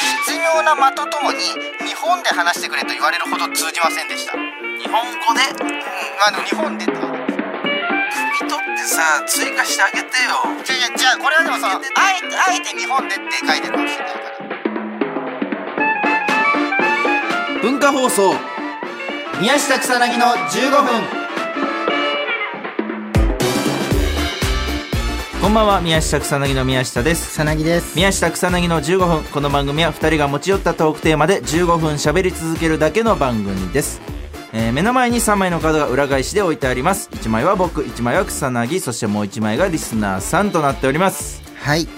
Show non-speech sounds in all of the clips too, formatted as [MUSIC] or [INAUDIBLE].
な的ともに日本で話してくれと言われるほど通じませんでした、うん、日本語でまあでも日本でってこと汲み取ってさ追加してあげてよじゃあじゃあこれはでもそのあえてあえて日本でって書いてるかもしれないから文化放送宮下草薙の15分こんばんは宮下草薙の宮下です草薙です宮下草薙の15分この番組は2人が持ち寄ったトークテーマで15分喋り続けるだけの番組です、えー目の前に3枚のカードが裏返しで置いてあります1枚は僕1枚は草薙そしてもう1枚がリスナーさんとなっておりますはいね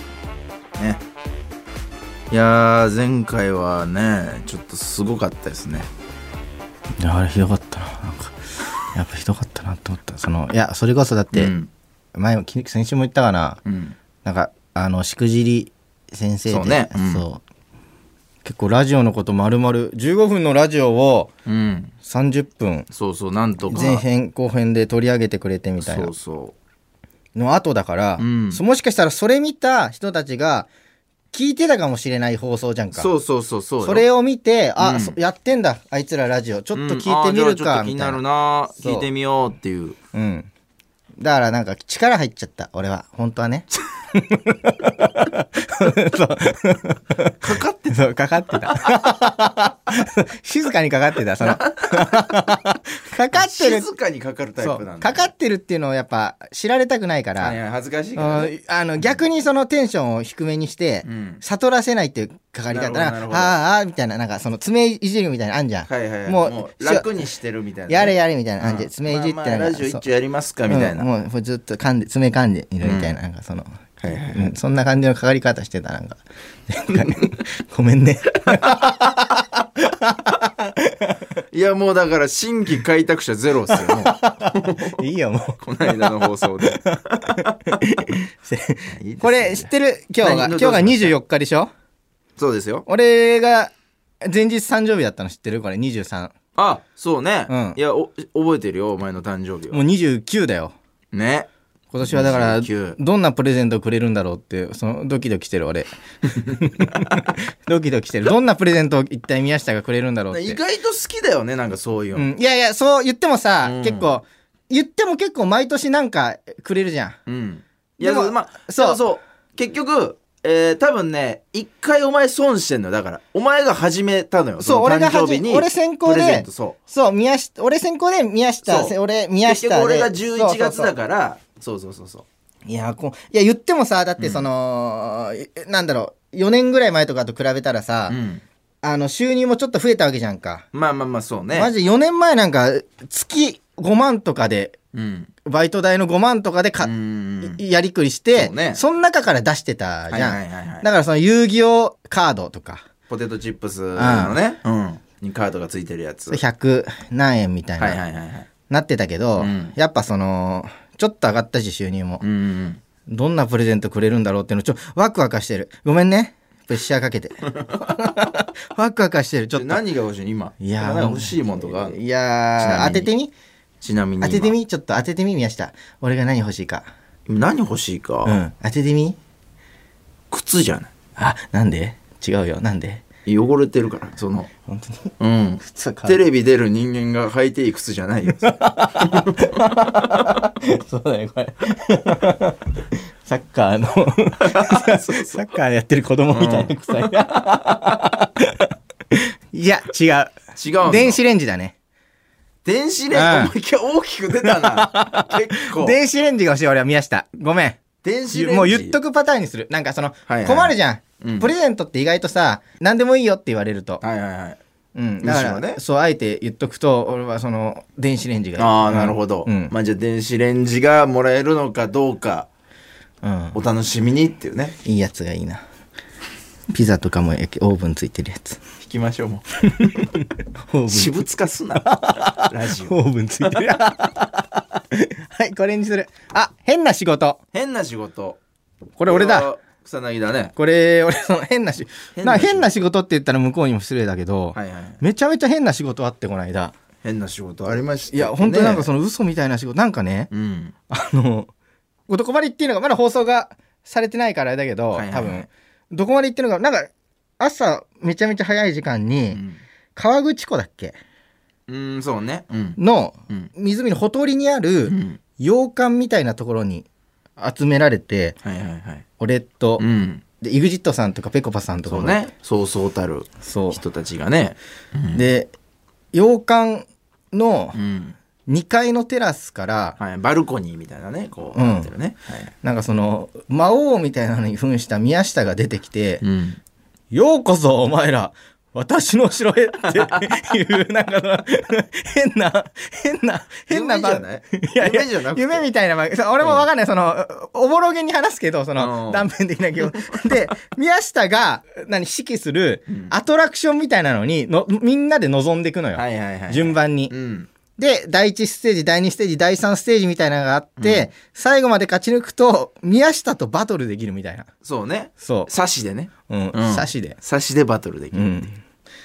いやー前回はねちょっとすごかったですねいやあれひどかったななんかやっぱひどかったなと思ったそのいやそれこそだって、うん前もき先週も言ったかな、うんなんかあのしくじり先生でそうねうんそう結構ラジオのことまるまる15分のラジオをうん30分そうそうなんとか前編後編で取り上げてくれてみたいそなうその後だから、うんそもしかしたらそれ見た人たちが聞いてたかもしれない放送じゃんうかそうそうそうそうよそれを見てあ、うんそやってんだあいつらラジオちょっとうん聞いてみあーるじゃあちょっかと気みにたないなるなそう聞いてみようっていううん。だからなんか力入っちゃった、俺は。本当はね。 [LAUGHS] かかってそう、かかってた。 [LAUGHS] 静かにかかってた、 [LAUGHS] その。かかってる。静かにかかるタイそプなう、んだかかってるっていうのをやっぱ知られたくないかはいら、はい恥ずかしいから、うんあの逆にそのテンションを低めにしてう、ん、悟らせないっていうかかり方なるほどななるほどああ、あーみたいな、なんかその爪いじるみたいなのあんじゃん。はいはいはいももうう楽にしてるみたいなね、やれやれみたいなのあんじゃうんん。爪いじってなまんあかまあラジオそう一応やりますかみたいな、うんもうもうずっと噛んで爪噛んでいるみたいな,、なんかその、うんそんな感じのかかり方してたなんか [LAUGHS] ごめんね [LAUGHS] いやもうだから新規開拓者ゼロっす [LAUGHS] よもういいよもこの間の放 [LAUGHS] 送でいいですねうこれ知ってる今日が何ど今日がうどうし24日でしょそうですよ俺が前日誕生日だったの知ってるこれ23あそうね、うんいやお覚えてるよお前の誕生日もをう29だよね今年はだから29どんなプレゼントをくれるんだろうってそのドキドキしてる俺ドキドキしてるどんなプレゼントを一体宮下がくれるんだろうって意外と好きだよねなんかそういうの、うん、いやいやそう言ってもさ、うん結構言っても結構毎年なんかくれるじゃんうん。いや、でもそうまあ、そうそうそう。結局、えー、多分ね、一回お前損してんのよ。だから、お前が始めたのよ。そうの俺が誕始生日に。俺先行でプレゼント、そう。そう宮下俺先行で宮下そう俺宮下結で局俺が11そう月そうそだうから、そうそうそうそう。いやこういや言ってもさだってその、えなんだろう4年ぐらい前とかと比べたらさ、うん。あの収入もちょっと増えたわけじゃんか、まあまあまあ、そうね。マジ4年前なんか月5万とかでうん。バイト代の5万とかでか、うん。いやりくりしてそうねその中から出してたはいじゃん、はいはいはい。だからその遊戯王カードとかポテトチップスのね、うん。にカードがついてるやつ。はい100何円みたいな、はいはいはい。なってたけど、うんやっぱそのちょっと上がったし収入も、うんうん。どんなプレゼントくれるんだろうっていうのちょワクワクしてるごめんねプレッシャーか [LAUGHS] けてワクワクしてるちょっでと何が欲しい今。いやーなんか欲しいもんとかある。いやー当ちなみにててみちなみに当ててみ今。ちょっと当ててみ宮下俺が何欲しいか何欲しいか。うん当ててみ靴じゃなあなんで違うよなん [LAUGHS] でい汚れてるから、その。本当にうん。そうかテレビ出る人間が履いていい靴じゃ [LAUGHS] ないよ。そうだねこれ [LAUGHS] サッカーの [LAUGHS] サッカーやってる子供みたいな臭い、いや違う違うんだ電子レンジだね電子レンジ、うんお前今日大きく出たな。 [LAUGHS] 結構。電子レンジが欲しい俺は宮下ごめん電子レンジ。もう言っとくパターンにするなんかその、はいはい困るじゃん、うんプレゼントって意外とさ何でもいいよって言われると、はいはいはい。うん、だかむら、しろねそうあえて言っとくと俺はその電子レンジがいいああ、なるほど。うんまあじゃあ電子レンジがもらえるのかどうか、うん、お楽しみにっていうね。いいやつがいいなピザとかも焼けオーブンついてるやつ引きましょうもオーブンう。私物化 [LAUGHS] すな。ラジオ。オーブンついてる [LAUGHS] はいこれにするあ変な仕事変な仕事。これ俺これだは。草薙だね。これ俺その変なし変なな仕事変な仕事って言ったら向こうにも失礼だけど、はいはい。めちゃめちゃ変な仕事あってこの間変な仕事ありました、いや本当になんかの。その嘘みたいな仕事なんかねうん。あの「どこまで行っていいのかまだ放送がされてないからあれだけど、はいはいはい多分どこまで行っていいのかなんか朝めちゃめちゃ早い時間うにん川口湖だっけうんそうねうんのうん湖のほとりにあうるん洋館みたいなところに集められてはいはいはい俺とうんで EXIT さんとかぺこぱさんとかそもうねそうそうたるそう人たちがねで洋館のうん2階のテラスからはいバルコニーみたいなねこううんなってるねはいなんかその魔王みたいなのに扮した宮下が出てきてうん「ようこそお前ら私の城へ」っていうなんかその変な変な変な夢じゃばないいやいや夢じゃなくて夢みたいな番組そう俺もわかんない、そのおぼろげに話すけどそうんの断片的な記憶で宮下が何指揮するアトラクションみたいなのにのみんなで臨んでいくのよ、はいはいはい順番に。うんで、第1ステージ、第2ステージ、第3ステージみたいなのがあって、最後まで勝ち抜くと、宮下とバトルできるみたいな。そうねそサシでねう。うん。うん差しで。サシでバトルできうるん。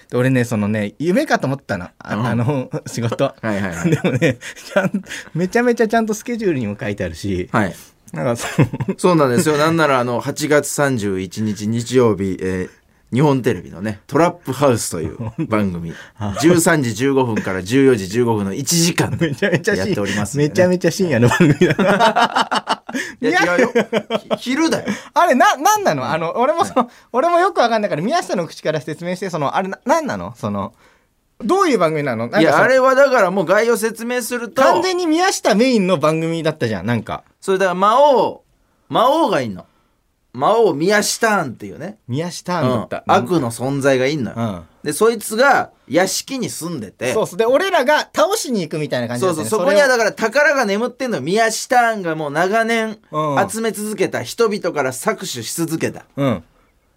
で俺ね、そのね、夢かと思ったの。あ,、うんあの、 [LAUGHS] 仕事。はいはいはい [LAUGHS] でもね、ちゃんめちゃめちゃちゃんとスケジュールにも書いてあるし、はいなんか [LAUGHS] その、そうなんですよ。なんなら、あの、8月31日日曜日、えー日本テレビのね、トラップハウスという番組、13時15分から14時15分の1時間でめちゃめちゃやっ深てお夜、りますんでね、めちゃめちゃ深夜の番 [LAUGHS] 組だな。いや、違うよ。ひ昼だよ。あれ、な、なんなのあの、俺もその、俺もよくわかんないから、宮下の口から説明して、その、あれ、な、なんなのその、どういう番組なのなんかいそや、のあれはだからもう概要説明すると、完全に宮下メインの番組だったじゃんなんかそれだから魔王、魔王がいんの。魔王宮下庵っていうね、宮下うんだった、悪の存在がいんのよ。うんで、そいつが屋敷に住んでて、そうそうで俺らが倒しに行くみたいな感じそだうったそよう、ねそこにはだから宝が眠ってんのよ宮下庵がもう長年うん集め続けた人々から搾取し続けた。れを [LAUGHS] うん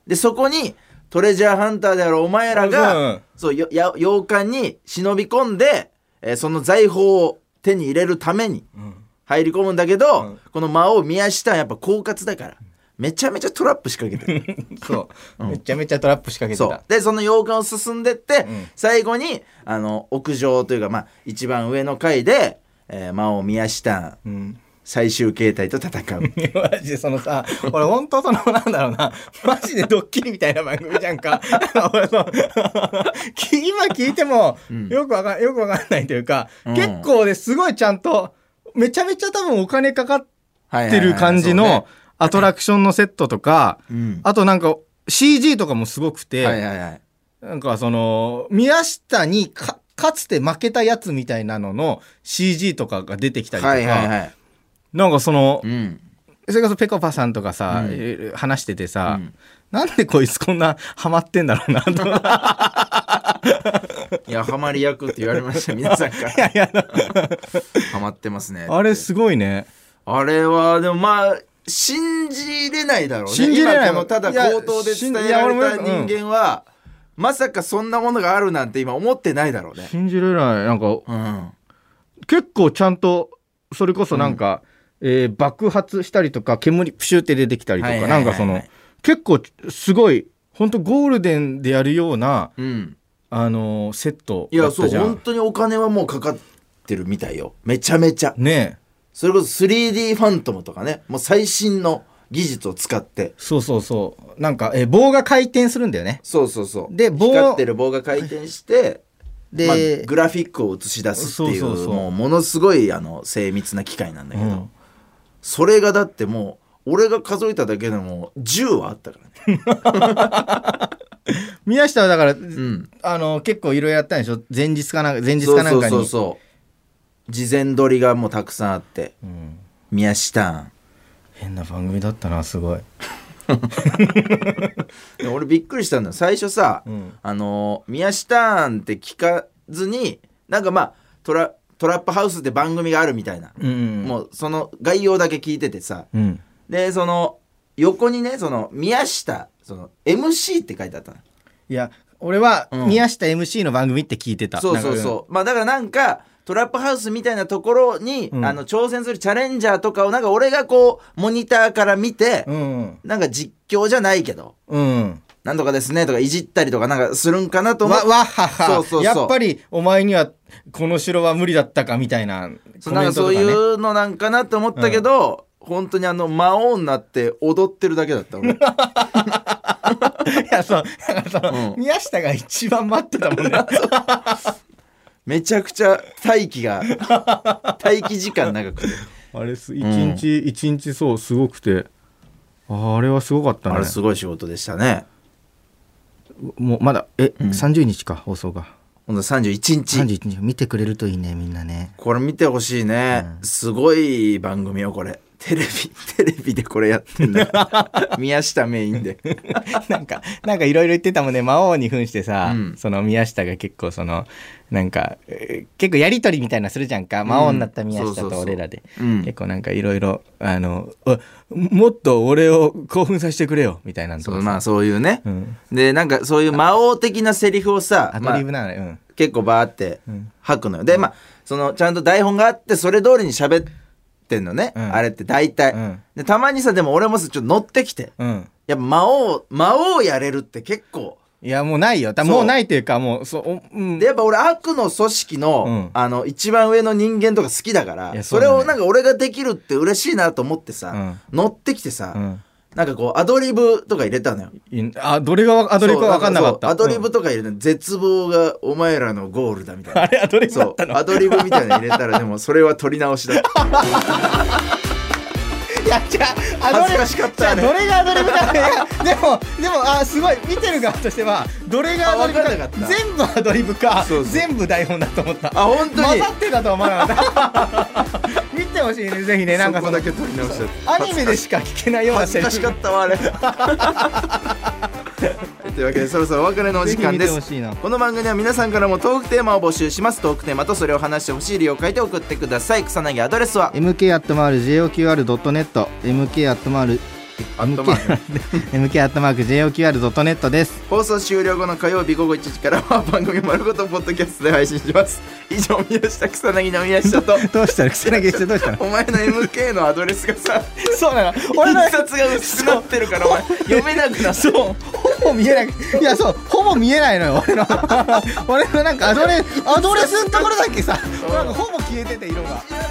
で、そこにトレジャーハンターであるお前らうんうがん、そう、よや洋館に忍び込んで、えーその財宝を手に入れるために入り込むんだけど、うんこの魔王宮下庵やっぱ狡猾だから、めちゃめちゃトラップ仕掛けてる。そう、めちゃめちゃトラップ仕掛けそてうた。で、その洋館を進んでって、うん最後に、あの、屋上というか、まあ、一番上の階で、えー魔王宮下庵うん、最終形態と戦う。マジでそのさ俺本当そのなんだろうな [LAUGHS] マジでドッキリみたいな番組じゃんか [LAUGHS] 俺その今聞いてもよくわかんよくわかんないというか、うん結構ですごいちゃんとめちゃめちゃ多分お金かかっはいはいはいてる感じそうねのアトラクションのセットとか、うんあとなんか CG とかもすごくて、はいはいはい。なんかその、宮下にか、かつて負けたやつみたいなのの CG とかが出てきたりとか、はいはいはい。なんかそのう、ん。それこそペコパさんとかさ、うんいろいろ話しててさ、うんなんでこいつこんなハマってんだろうな [LAUGHS] と。いいや、ハマり役って言われました、皆さんから。やいや、ハマってますねって。あれすごいね。あれは、でもまあ、信じれないだろうね。信じれない今このただ口頭で伝えいやら信いや俺れもた人間は、まさかそんなものがあるなんて今思ってないだろうね。信じれない。なんか、うん。結構ちゃんと、それこそなんか、えー爆発したりとか、煙プシュって出てきたりとはいか、はいはないんかその、結構すごい、本当ゴールデンでやるような、うん。あのーセットいだや、っそたう、じゃ本ん。当にお金はもうかかってるみたいよ。めちゃめちゃ。ねえそれこそ 3D ファントムとかね、もう最新の技術を使って。そうそうそう。なんか、えー棒が回転するんだよね。そうそうそう。で棒光ってる棒が回転して、まあで、グラフィックを映し出すっていうそうそうそうもうものすごいあの精密な機械なんだけど、うんそれがだってもう俺が数えただけでも10はあったからね。宮下はだから、うん、あのー結構いろいろやったんでしょ前日かなんか、前日かなんかに。そうそうそうそう事前撮りがもうたくさんあってうん宮下変な番組だったな、すごい。で俺びっくりしたんだよ最初さ、うんあのー宮下庵って聞かずになんかまあトラトラップハウスって番組があるみたいな、うん。もうその概要だけ聞いててさ、う。ん。でその横にねその宮下その MC って書いてあったのいや、俺は、うん宮下 MC の番組って聞いてた。そうそうそうまあだからなんかトラップハウスみたいなところに、うんあの挑戦するチャレンジャーとかをなんか俺がこうモニターから見て、う。うん。なんか実況じゃないけどうん。なんとかですねとかいじったりとかなんかするんかなと思っわ、てわっはっは。そうそうそうやっぱり、お前には、この城は無理だったか、みたいな。そうなんかそうコメントとかねいうのなんかなと思った [LAUGHS] けど、本当にあの魔王になって踊ってるだけだった [LAUGHS] 俺いや、そう、だからその、うん宮下が一番待ってたもんね。めちゃくちゃ待機が待機時間長くてあれす、一日、一日そう、すごくて。ああれはすごかったあねれ。すごい仕事でしたねもうまだ、え、ん30日か、放送が。ほんと31日31日、見てくれるといいね、みんなね。これ見てほしいね、すごい番組よこれテレビ [LAUGHS] テレビでこれやって [LAUGHS] んだ宮下メインで [LAUGHS] なんか、なんかいろいろ言ってたもんね、魔王に扮してさ、うんその宮下が結構その、なんか、えー結構やりとりみたいなのするじゃんか、魔王になった宮そうそ下うそとう俺らで。うん結構なんかいろいろ、あの、あもっと俺を興奮させてくれよ、みたいなのとそうかまあそういうね、うんでなんかそういう魔王的なセリフをさアまドあリブなのね、うん。結構バーってん吐くのよ、でまあそのちゃんと台本があってそれ通りに喋ってんのね、うんあれって大体、うんでたまにさでも俺もさちょっと乗ってきてうん。やっぱ魔王魔王やれるって結構いや、もうないよ。だそうもうないというか、もう、そう、おうん。でやっぱ俺悪の組織の,、うんあの一番上の人間とか好きだからいやそそうれだねをなんか俺ができるって嬉しいなと思ってさ、乗ってきてさ、うんなんかこうアドリブとか入れたのよいあ、どれがわアドリブか分かんなかった。そうアドリうブんとか入れたの絶望がお前らのゴールだみたいな [LAUGHS] あれアドリブだそったうのアドリブみたいなの入れたらで [LAUGHS] もそれは取り直しだったいや、じゃあ、アドリブ恥ずかしかったじゃああれどれがアドリブだっていやでもでもあすごい見てる側としてはどれがアドリブあ分かんなかった全部アドリブかそうそう全部台本だと思ったあ本当に混ざってたとは思わなかった [LAUGHS] 見てほしいねぜひねなんかそこのだけ取り直しちゃったアニメでしか聞けないような恥セずリかフしかったわ [LAUGHS] あれ [LAUGHS] というわけでそろそろお別れのお時間ぜでひ見てほすしいなこの番組は皆さんからもトークテーマを募集しますトークテーマとそれを話してほしい理由を書いて送ってください草薙アドレスは mk.joqr.net mk.joqr アットマーク mk.joqr.net です放送終了後の火曜日午後1時からは番組丸ごとポッドキャストで配信します以上宮下草薙の宮 [LAUGHS] 下とどうしたの草薙してどうしたのお前の MK のアドレスがさそうなの俺の一冊が薄くなってるからお前読めなくなったそうほぼ見えないいやそうほぼ見えないのよ [LAUGHS] 俺の俺のなんかアドレアドレスのところだけさなんかほぼ消えてて色が。